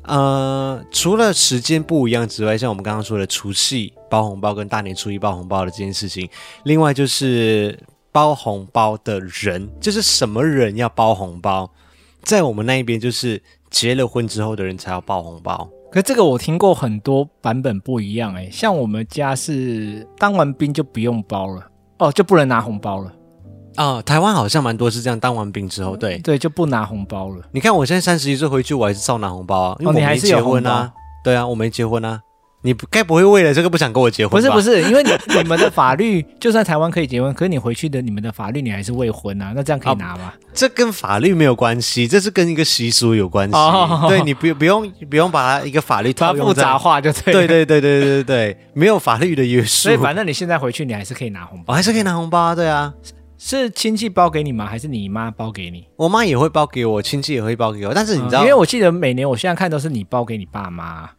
A: 呃，除了时间不一样之外，像我们刚刚说的除夕包红包跟大年初一包红包的这件事情，另外就是包红包的人，就是什么人要包红包，在我们那一边就是结了婚之后的人才要包红包。
B: 可这个我听过很多版本不一样哎、像我们家是当完兵就不用包了，哦，就不能拿红包了，
A: 啊、台湾好像蛮多是这样，当完兵之后，对，
B: 对，就不拿红包了。
A: 你看我现在三十一岁回去，我还是照拿红包啊，因为我
B: 你还
A: 没
B: 是有
A: 结婚
B: 红
A: 啊。对啊，我没结婚啊。你不该不会为了这个不想跟我结婚吧？
B: 不是不，是，因为你你们的法律，就算台湾可以结婚，可是你回去的你们的法律你还是未婚啊，那这样可以拿吗？
A: 这跟法律没有关系，这是跟一个习俗有关系。
B: 哦
A: 对你不不用不用把它一个法律
B: 把
A: 套
B: 它
A: 用
B: 复
A: 在
B: 杂。化就对。
A: 对。对对对对对对，没有法律的约束
B: 所以，反正你现在回去，你还是可以拿红包。
A: 我还是可以拿红包啊。对啊，
B: 是亲戚包给你吗？还是你妈包给你？嗯
A: 我妈也会包给我，亲戚也会包给我，但是你知道，
B: 因为我记得每年我现在看都是你包给你爸妈。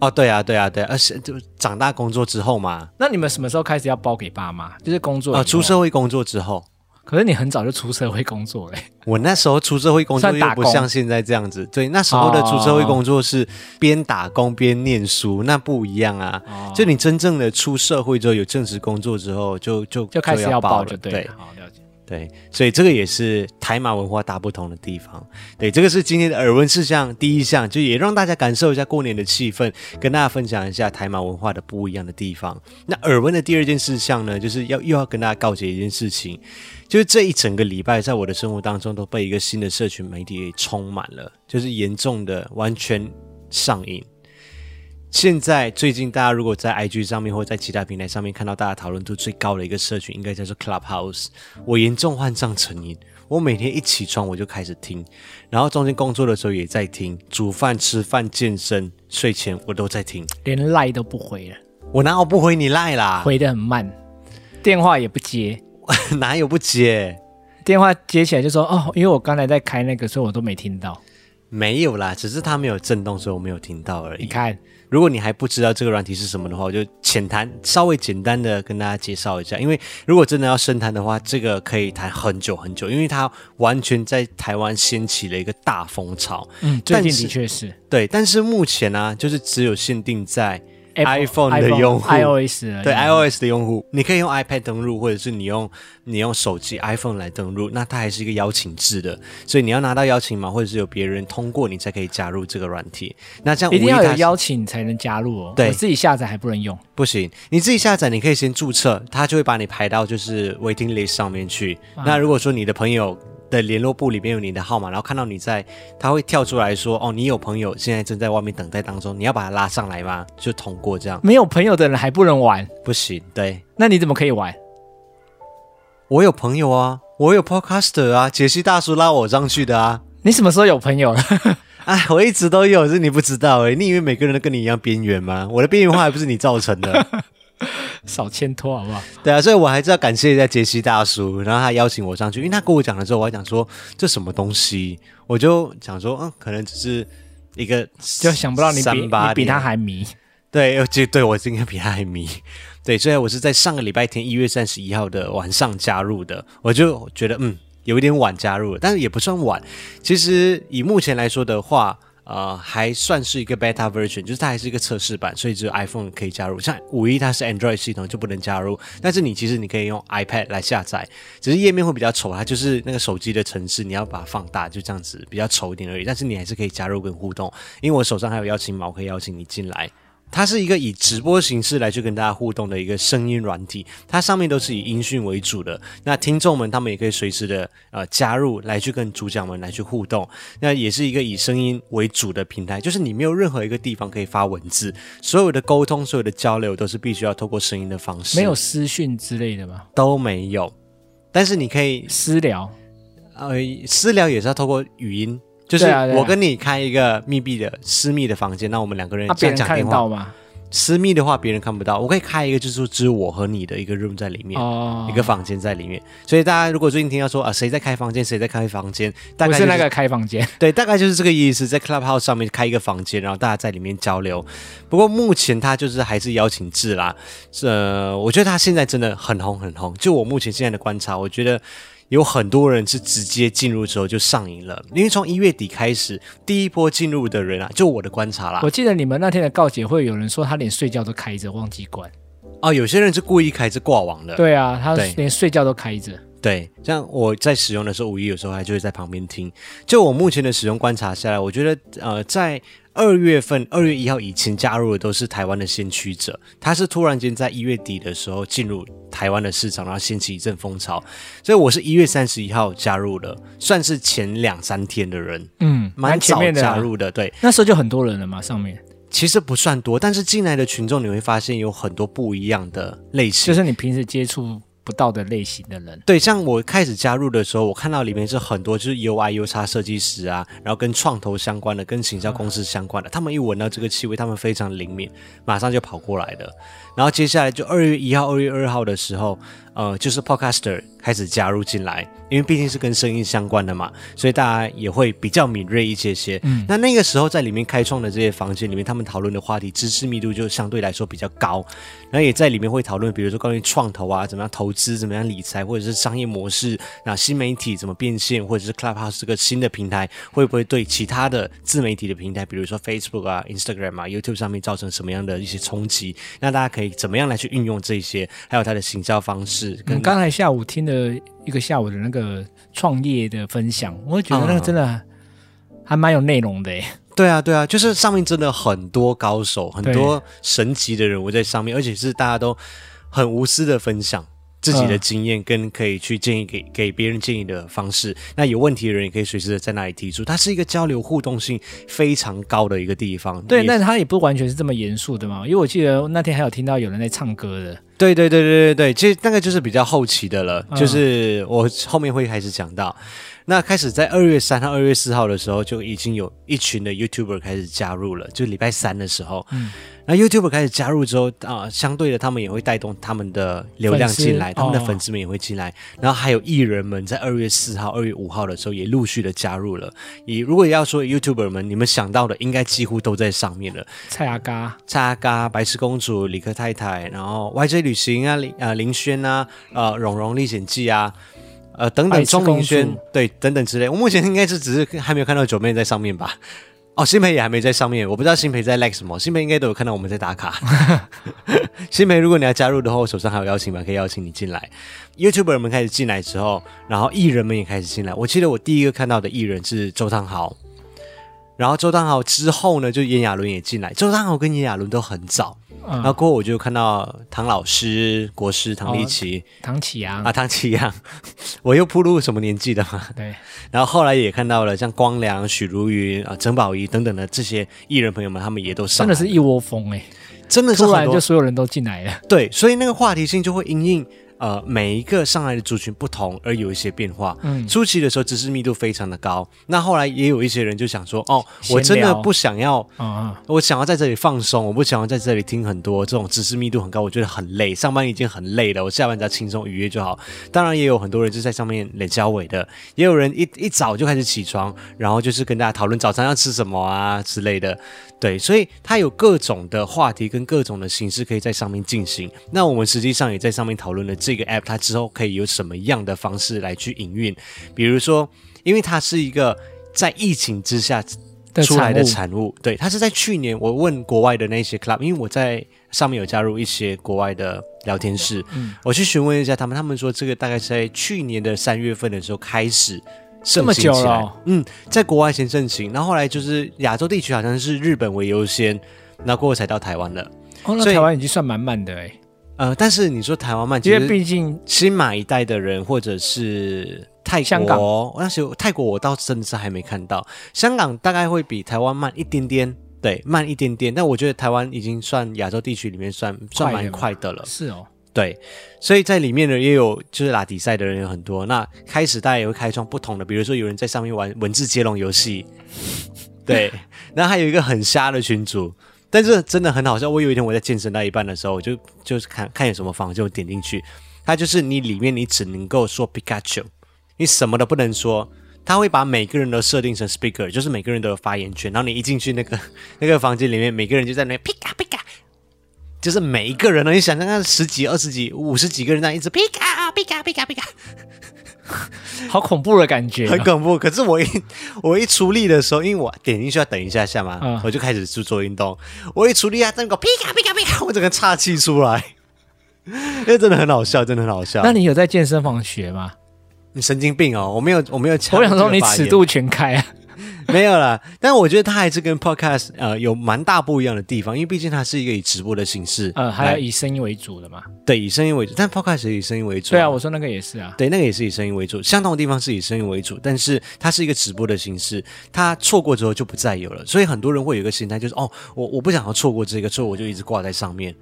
A: 哦，对啊对啊对啊，而且就长大工作之后嘛，
B: 那你们什么时候开始要包给爸妈？就是工作以
A: 啊，
B: 后
A: 出社会工作之后，
B: 可是你很早就出社会工作嘞、欸
A: 我那时候出社会工作
B: 算打
A: 又
B: 工
A: 不像现在这样子，对，那时候的出社会工作是边打工边念书，那不一样啊。
B: 哦
A: 就你真正的出社会之后，有正职工作之后，就就
B: 就开始要
A: 报
B: 包
A: 了
B: 就
A: 对
B: 对了。好，了解。
A: 对，所以这个也是台马文化大不同的地方。对，这个是今天的耳闻事项第一项，就也让大家感受一下过年的气氛，跟大家分享一下台马文化的不一样的地方。那耳闻的第二件事项呢，就是要又要跟大家告诫一件事情，就是这一整个礼拜在我的生活当中都被一个新的社群媒体给充满了，就是严重的完全上瘾。现在最近大家如果在 IG 上面或者在其他平台上面看到大家讨论度最高的一个社群，应该叫做 Clubhouse。我严重患上成瘾，我每天一起床我就开始听，然后中间工作的时候也在听，煮饭、吃饭、健身、睡前我都在听。
B: 连赖都不回了，
A: 我哪有不回你赖啦？
B: 回的很慢，电话也不接，
A: 哪有不接？
B: 电话接起来就说哦，因为我刚才在开那个，所以我都没听到。
A: 嗯没有啦，只是它没有震动，所以我没有听到而已。
B: 你看，
A: 如果你还不知道这个软体是什么的话，我就浅谈，稍微简单的跟大家介绍一下。因为如果真的要深谈的话，这个可以谈很久很久，因为它完全在台湾掀起了一个大风潮。
B: 嗯，最
A: 但
B: 近
A: 是
B: 的确是
A: 对，但是目前呢、就是只有限定在
B: Apple-
A: iPhone 的用户
B: iOS 而已
A: 对 iOS 的用户，你可以用 iPad 登录，或者是你用你用手机 iPhone 来登录，那它还是一个邀请制的，所以你要拿到邀请码，或者是有别人通过你才可以加入这个软体。那这样
B: 一定
A: 无
B: 要
A: 它
B: 有
A: 是
B: 邀请才能加入哦。
A: 对
B: 我自己下载还不能用。
A: 不行，你自己下载，你可以先注册，它就会把你排到就是 waiting list 上面去。那如果说你的朋友的联络簿里面有你的号码，然后看到你在，他会跳出来说，哦，你有朋友现在正在外面等待当中，你要把他拉上来吗？就通过这样，
B: 没有朋友的人还不能玩，
A: 不行，对
B: 那你怎么可以玩？
A: 我有朋友啊，我有 podcaster 啊，杰西大叔拉我上去的啊。
B: 你什么时候有朋友了？
A: 哎，我一直都有，是你不知道哎、你以为每个人都跟你一样边缘吗？我的边缘化还不是你造成的。
B: 少牵拖好不好？
A: 对啊，所以我还是要感谢一下杰西大叔，然后他邀请我上去，因为他跟我讲了之后，我还讲说这什么东西，我就想说，嗯，可能只是一个
B: 就想不到你比
A: 三
B: 你
A: 八啊
B: 比他
A: 年
B: 还迷。
A: 对，就对我应该比他还迷。 对，所以我是在上个礼拜天一月三十一号的晚上加入的，我就觉得嗯有一点晚加入了，但是也不算晚。其实以目前来说的话，呃，还算是一个 beta version，就是它还是一个测试版，所以只有 iPhone 可以加入。像五一它是 Android 系统就不能加入，但是你其实你可以用 iPad 来下载，只是页面会比较丑，它就是那个手机的城市，你要把它放大，就这样子比较丑一点而已。但是你还是可以加入跟互动，因为我手上还有邀请码，我可以邀请你进来。它是一个以直播形式来去跟大家互动的一个声音软体，它上面都是以音讯为主的。那听众们他们也可以随时的呃加入来去跟主讲们来去互动。那也是一个以声音为主的平台，就是你没有任何一个地方可以发文字，所有的沟通、所有的交流都是必须要透过声音的方式，
B: 没有私讯之类的吗？
A: 都没有。但是你可以
B: 私聊
A: 呃，私聊也是要透过语音，就是
B: 对啊对啊
A: 我跟你开一个密闭的私密的房间，那我们两个人
B: 啊，
A: 这样
B: 别人
A: 讲
B: 看
A: 电
B: 得
A: 话
B: 到。吗？
A: 私密的话别人看不到，我可以开一个就是只有我和你的一个 room 在里面。
B: 哦，
A: 一个房间在里面，所以大家如果最近听到说啊谁在开房间，谁在开房间，大
B: 不
A: 概、
B: 是那个开房间，
A: 对，大概就是这个意思，在 Clubhouse 上面开一个房间，然后大家在里面交流。不过目前它就是还是邀请制啦，呃，我觉得它现在真的很红很红。就我目前现在的观察，我觉得有很多人是直接进入之后就上瘾了，因为从一月底开始，第一波进入的人啊，就我的观察啦，
B: 我记得你们那天的告解会，有人说他连睡觉都开着，忘记关。
A: 哦，有些人是故意开着挂网的，
B: 对啊，他
A: 对
B: 连睡觉都开着。
A: 对，像我在使用的时候，五一有时候还就会在旁边听。就我目前的使用观察下来，我觉得呃，在二月份二月一号以前加入的都是台湾的先驱者，他是突然间在一月底的时候进入台湾的市场，然后掀起一阵风潮。所以我是一月三十一号加入的，算是前两三天的人，
B: 嗯，
A: 蛮
B: 前
A: 早
B: 面的啊
A: 加。入的。对，
B: 那时候就很多人了嘛，上面
A: 其实不算多，但是进来的群众你会发现有很多不一样的类型
B: 就。是你平时接触不到的类型的人。
A: 对，像我开始加入的时候，我看到里面是很多就是 UI、U 叉设计师啊，然后跟创投相关的、跟行销公司相关的，他们一闻到这个气味，他们非常灵敏，马上就跑过来的。然后接下来就二月一号、二月二号的时候，呃，就是 Podcaster 开始加入进来，因为毕竟是跟声音相关的嘛，所以大家也会比较敏锐一些些。嗯，那那个时候在里面开创的这些房间里面，他们讨论的话题知识密度就相对来说比较高，然后也在里面会讨论，比如说关于创投啊，怎么样投资，怎么样理财，或者是商业模式，那新媒体怎么变现，或者是 Clubhouse 这个新的平台会不会对其他的自媒体的平台，比如说 Facebook 啊、Instagram 啊、YouTube 上面造成什么样的一些冲击？那大家可以怎么样来去运用这些，还有它的行销方式
B: 我
A: 跟
B: 嗯们刚才下午听了一个下午的那个创业的分享，我觉得那个
A: 嗯
B: 真的还蛮有内容的欸耶。
A: 对啊，对啊，就是上面真的很多高手，很
B: 对
A: 多神级的人物在上面，而且是大家都很无私的分享。自己的
B: 嗯
A: 经验跟可以去建议给给别人建议的方式。那有问题的人也可以随时的在那里提出，它是一个交流互动性非常高的一个地方。
B: 对，
A: 也
B: 那他也不完全是这么严肃的嘛，因为我记得那天还有听到有人在唱歌的，
A: 对对对对对对，其实那个就是比较后期的了，
B: 嗯
A: 就是我后面会开始讲到。那开始在二月三号、二月四号的时候，就已经有一群的 YouTuber 开始加入了，就礼拜三的时候。
B: 嗯
A: 那 YouTuber 开始加入之后啊、相对的他们也会带动他们的流量
B: 粉丝
A: 进来，他们的
B: 哦
A: 粉丝们也会进来。然后还有艺人们在二月四号、二月五号的时候也陆续的加入了。你如果要说 YouTuber 们，你们想到的应该几乎都在上面了。
B: 蔡阿嘎，
A: 蔡阿嘎、白痴公主、理科太太，然后 YJ 旅行啊、林呃林轩啊、呃蓉蓉历险记啊、呃等等
B: 白痴公
A: 钟
B: 主
A: 明轩对等等之类。我目前应该是只是还没有看到九妹在上面吧。哦，新培也还没在上面，我不知道新培在 like 什么。新培应该都有看到我们在打卡。 新培，如果你要加入的话，我手上还有邀请码，可以邀请你进来。YouTuber 们开始进来之后，然后艺人们也开始进来。我记得我第一个看到的艺人是周汤豪，然后周汤豪之后呢，就炎亚纶也进来。周汤豪跟炎亚纶都很早，然后
B: 嗯，
A: 过后我就看到唐老师、国师、唐立奇、
B: 唐启阳，
A: 啊、唐奇阳，我又铺路什么年纪的嘛？
B: 对，
A: 然后后来也看到了像光良、许茹芸啊、曾宝仪等等的这些艺人朋友们，他们也都上来
B: 真的
A: 了，
B: 是一窝蜂哎、
A: 真的是
B: 突
A: 很
B: 然
A: 多
B: 就所有人都进 来了，
A: 对，所以那个话题性就会因应呃每一个上来的族群不同而有一些变化。
B: 嗯
A: 初期的时候知识密度非常的高，那后来也有一些人就想说，哦，我
B: 闲
A: 真的
B: 聊
A: 不想要。
B: 嗯嗯，
A: 我想要在这里放松，我不想要在这里听很多这种知识密度很高，我觉得很累。上班已经很累了，我下班只要轻松愉悦就好。当然，也有很多人就在上面脸交尾的，也有人一一早就开始起床，然后就是跟大家讨论早餐要吃什么啊之类的。对，所以它有各种的话题跟各种的形式可以在上面进行。那我们实际上也在上面讨论了这个 app，它之后可以有什么样的方式来去营运，比如说，因为它是一个。在疫情之下
B: 的
A: 出来
B: 产
A: 的
B: 物，
A: 产物。对，它是在去年我问国外的那些 club，因为我在上面有加入一些国外的聊天室，
B: 嗯
A: 我去询问一下他们，他们说这个大概是在去年的三月份的时候开始。盛
B: 这么
A: 行
B: 久
A: 起来
B: 了哦
A: 嗯，在国外先盛行，然后后来就是亚洲地区好像是日本为优先，那过后才到台湾了。
B: 哦，那
A: 所以
B: 台湾已经算满满的哎、
A: 呃，但是你说台湾慢，其
B: 因为
A: 实
B: 毕竟
A: 新马一代的人或者是泰
B: 香港
A: 国，那时候泰国我倒真的是还没看到，香港大概会比台湾慢一点点，对，慢一点点。但我觉得台湾已经算亚洲地区里面算算蛮快的了，
B: 是 哦，
A: 对。所以在里面呢也有就是打比赛的人有很多，那开始大家也会开创不同的，比如说有人在上面玩文字接龙游戏，对，然后还有一个很瞎的群组。但是真的很好笑，我有一天我在健身到一半的时候，我就就是看看有什么房间，我点进去，它就是你里面你只能够说 Pikachu，你什么都不能说。它会把每个人都设定成 speaker，就是每个人都有发言权。然后你一进去那个那个房间里面，每个人就在那边 pika pika，就是每一个人呢，你想想看，十几、二十几、五十几个人在一直 pika pika pika pika，
B: 好恐怖的感觉哦、
A: 很恐怖。可是我一 我一出力的时候，因为我点进去要等一下下嘛，
B: 嗯
A: 我就开始去做运动。我一出力啊，那个 pika pika pika，我整个岔气出来，那真的很好笑，真的很好笑。
B: 那你有在健身房 学吗？
A: 你神经病哦！我没有，我没有抢
B: 我想
A: 这
B: 说
A: 个
B: 你
A: 发
B: 尺
A: 言
B: 度全 开啊，
A: 没有啦，但我觉得它还是跟 podcast 呃有蛮大不一样的地方，因为毕竟它是一个以直播的形式，
B: 呃，还有
A: 来
B: 以声音为主的嘛。
A: 对以声音为主，但 podcast 也以声音为主，
B: 对啊，我说那个也是啊。
A: 对那个也是以声音为主，相同的地方是以声音为主，但是它是一个直播的形式，它错过之后就不再有了，所以很多人会有一个心态，就是哦，我我不想要错过这个，所以我就一直挂在上面，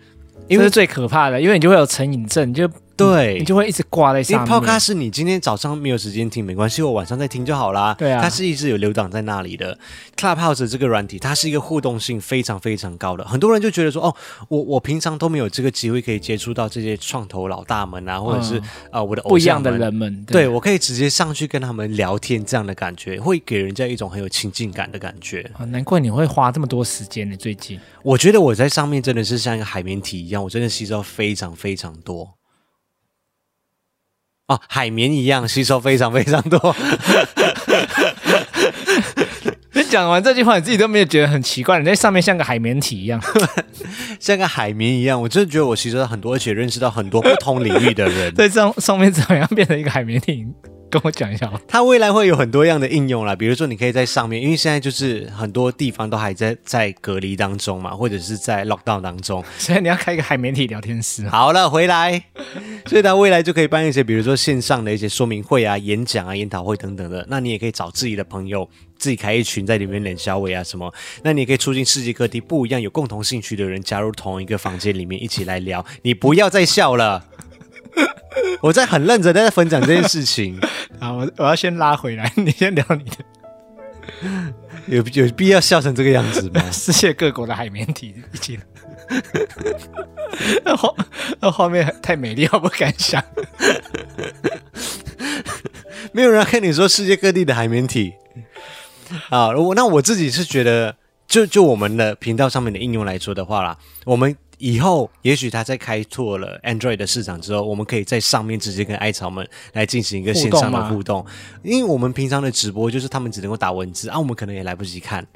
A: 因
B: 这
A: 为
B: 是最可怕的，因为你就会有成瘾症，你就
A: 对
B: 你就会一直挂在
A: 因为
B: 上面。
A: podcast 你今天早上没有时间听没关系，我晚上再听就好啦。
B: 对啊
A: 它是一直有留档在那里的。Clubhouse 这个软体，它是一个互动性非常非常高的，很多人就觉得说，哦，我我平常都没有这个机会可以接触到这些创投老大们啊，或者是、
B: 嗯
A: 呃我的偶
B: 不一样
A: 像
B: 的
A: 们。
B: 人们，
A: 对我可以直接上去跟他们聊天，这样的感觉会给人家一种很有亲近感的感觉。
B: 啊，难怪你会花这么多时间呢。最近
A: 我觉得我在上面真的是像一个海绵体一样，我真的吸收非常非常多。哦，海绵一样吸收非常非常多。
B: 你讲完这句话，你自己都没有觉得很奇怪，你在上面像个海绵体 一样。。
A: 像个海绵一样，我真的觉得我吸收到很多，而且认识到很多不同领域的人
B: 在上上面怎么样变成一个海绵体？跟我讲一下吧。
A: 它未来会有很多样的应用啦，比如说你可以在上面，因为现在就是很多地方都还在在隔离当中嘛，或者是在 lockdown 当中。
B: 所以你要开一个海绵体聊天室啊？
A: 好了，回来， 所以他未来就可以办一些，比如说线上的一些说明会啊、演讲啊、研讨会等等的。那你也可以找自己的朋友，自己开一群在里面冷消委啊什么。那你也可以促进世界各地不一样有共同兴趣的人加入同一个房间里面一起来聊。你不要再笑了，我在很认真地在分享这件事情，
B: 啊，我我要先拉回来，你先聊你的
A: 有有必要笑成这个样子吗？
B: 世界各国的海绵体一起。那画那画面太美丽，我不敢想。
A: 没有人要跟你说世界各地的海绵体啊。我那我自己是觉得，就就我们的频道上面的应用来说的话啦，我们以后也许它在开拓了 Android 的市场之后，我们可以在上面直接跟艾草们来进行一个线上的互
B: 互
A: 动，因为我们平常的直播就是他们只能够打文字啊，我们可能也来不及看，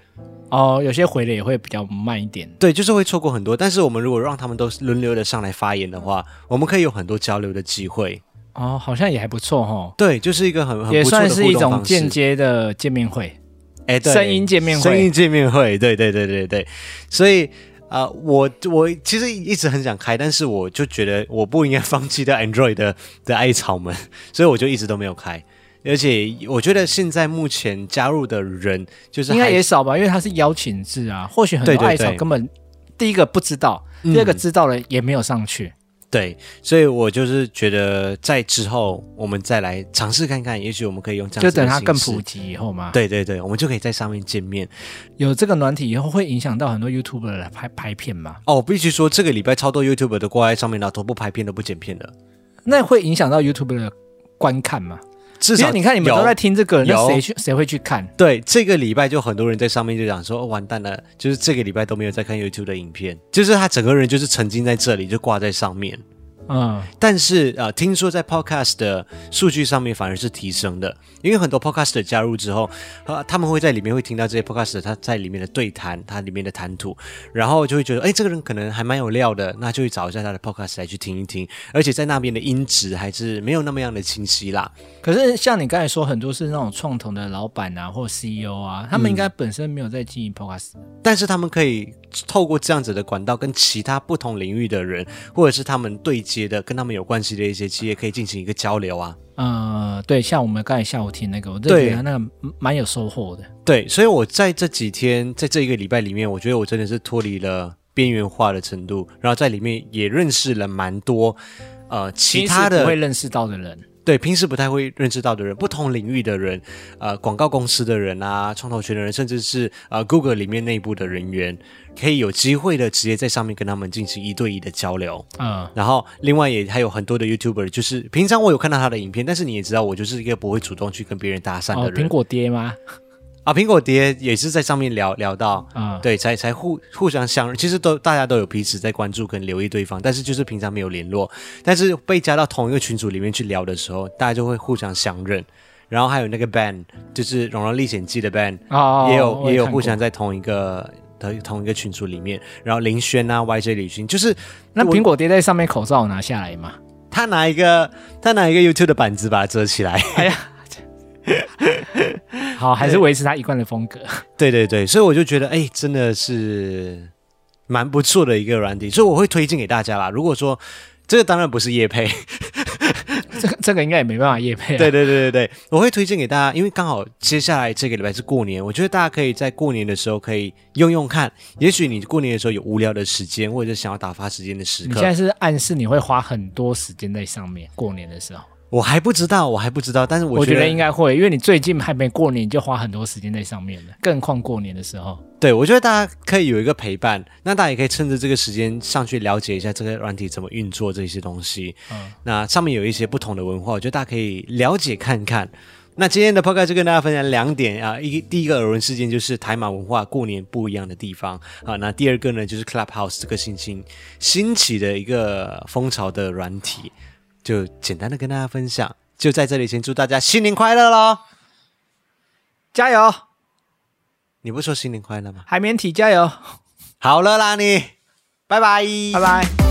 B: 哦，有些回的也会比较慢一点。
A: 对，就是会错过很多。但是我们如果让他们都轮流的上来发言的话，我们可以有很多交流的机会。
B: 哦，好像也还不错哦，
A: 对，就是一个很很
B: 也
A: 不错的
B: 算
A: 互
B: 是一
A: 动
B: 种
A: 方式
B: 间接的见面会。
A: 哎，对
B: 声音见面会
A: 声音见面会，对对对对对，所以啊、呃我我其实一直很想开，但是我就觉得我不应该 放弃掉 Android 的的艾草们， 所以我就一直都没有开。而且我觉得现在目前加入的人，就是
B: 应该
A: 还
B: 也少吧，因为它是邀请制啊，或许很
A: 对
B: 多
A: 对
B: 艾草
A: 对嗯
B: 根本第一个不知道，第二个知道了也没有上去。
A: 对，所以我就是觉得在之后我们再来尝试看看，也许我们可以用这样
B: 就
A: 子的
B: 等它更
A: 形式
B: 普。及以后嘛，，
A: 对对对，我们就可以在上面见面。
B: 有这个软体以后会影响到很多 YouTuber 来拍拍片嘛，
A: 哦，我必须说，这个礼拜超多 YouTube 都挂在上面了，都不拍片都不剪片的，
B: 那会影响到 YouTuber 的观看嘛？
A: 至
B: 因
A: 少
B: 为你看你们都
A: 有
B: 在听这个，那
A: 有
B: 谁去谁会去看？
A: 对，这个礼拜就很多人在上面就讲说，哦、完蛋了，就是这个礼拜都没有在看 YouTube 的影片，就是他整个人就是沉浸在这里，就挂在上面。
B: 嗯，
A: 但是啊、呃听说在 Podcast 的数据上面反而是提升的，因为很多 Podcast 的加入之后，呃，他们会在里面会听到这些 Podcast 他在里面的对谈，他里面的谈吐，然后就会觉得，哎，这个人可能还蛮有料的，那就去找一下他的 Podcast 来去听一听，而且在那边的音质还是没有那么样的清晰啦。
B: 可是像你刚才说，很多是那种创投的老板啊，或 CEO 啊，他们应该本身没有在经营 Podcast，、
A: 但是他们可以透过这样子的管道，跟其他不同领域的人，或者是他们对接的、跟他们有关系的一些企业，可以进行一个交流啊。
B: 呃，对，像我们刚才下午听那个，我真的
A: 对
B: 觉得那个蛮有收获的。
A: 对，所以我在这几天，在这一个礼拜里面，我觉得我真的是脱离了边缘化的程度，然后在里面也认识了蛮多。呃，其他
B: 平时
A: 的
B: 不会认识到的人，
A: 对平时不太会认识到的人，不同领域的人，呃，广告公司的人啊，创投圈的人，甚至是呃 Google 里面内部的人员，可以有机会的直接在上面跟他们进行一对一的交流。
B: 嗯，
A: 然后另外也还有很多的 YouTuber，就是平常我有看到他的影片，但是你也知道，我就是一个不会主动去跟别人搭讪
B: 哦，
A: 的人。
B: 苹果爹吗？
A: 啊，苹果爹也是在上面聊聊到，
B: 啊、
A: 对，才才互互相相认，其实都大家都有彼此在关注跟留意对方，但是就是平常没有联络，但是被加到同一个群组里面去聊的时候，大家就会互相相认。然后还有那个 band，就是《荣耀历险记》的 band，
B: 哦，
A: 也有
B: 我
A: 也有
B: 看
A: 互
B: 过
A: 相。在同一个同同一个群组里面，然后林轩啊、YJ 李勋，就是
B: 那
A: 我
B: 苹果爹在上面口罩有拿下来嘛？
A: 他拿一个他拿一个 YouTube 的板子把它遮起来。
B: 哎呀，好，还是维持他一贯的风格。
A: 对对对，所以我就觉得，哎，真的是蛮不错的一个软体，所以我会推荐给大家啦。如果说这个当然不是叶配，
B: 这个这个应该也没办法夜配、啊。
A: 对对对对对，我会推荐给大家，因为刚好接下来这个礼拜是过年，我觉得大家可以在过年的时候可以用用看，也许你过年的时候有无聊的时间，或者想要打发时间的时
B: 你现在
A: 刻，
B: 是暗示你会花很多时间在上面，过年的时候，
A: 我还不知道，我还不知道，但是
B: 我
A: 我
B: 觉
A: 觉
B: 得
A: 得
B: 应该会，因为你最近还没过年，你就花很多时间在上面了，更何况过年的时候。
A: 对，我觉得大家可以有一个陪伴，那大家也可以趁着这个时间上去了解一下这个软体怎么运作这些东西。
B: 嗯
A: 那上面有一些不同的文化，我觉得大家可以了解看看。那今天的 podcast 就跟大家分享两点啊，一第一个耳闻事件就是台马文化过年不一样的地方啊，那第二个呢就是 Clubhouse 这个新兴兴起的一个风潮的软体，就简单的跟大家分享。就在这里先祝大家新年快乐喽！
B: 加油，
A: 你不说新年快乐吗？
B: 海绵体加油，
A: 好了啦你，拜拜，
B: 拜拜。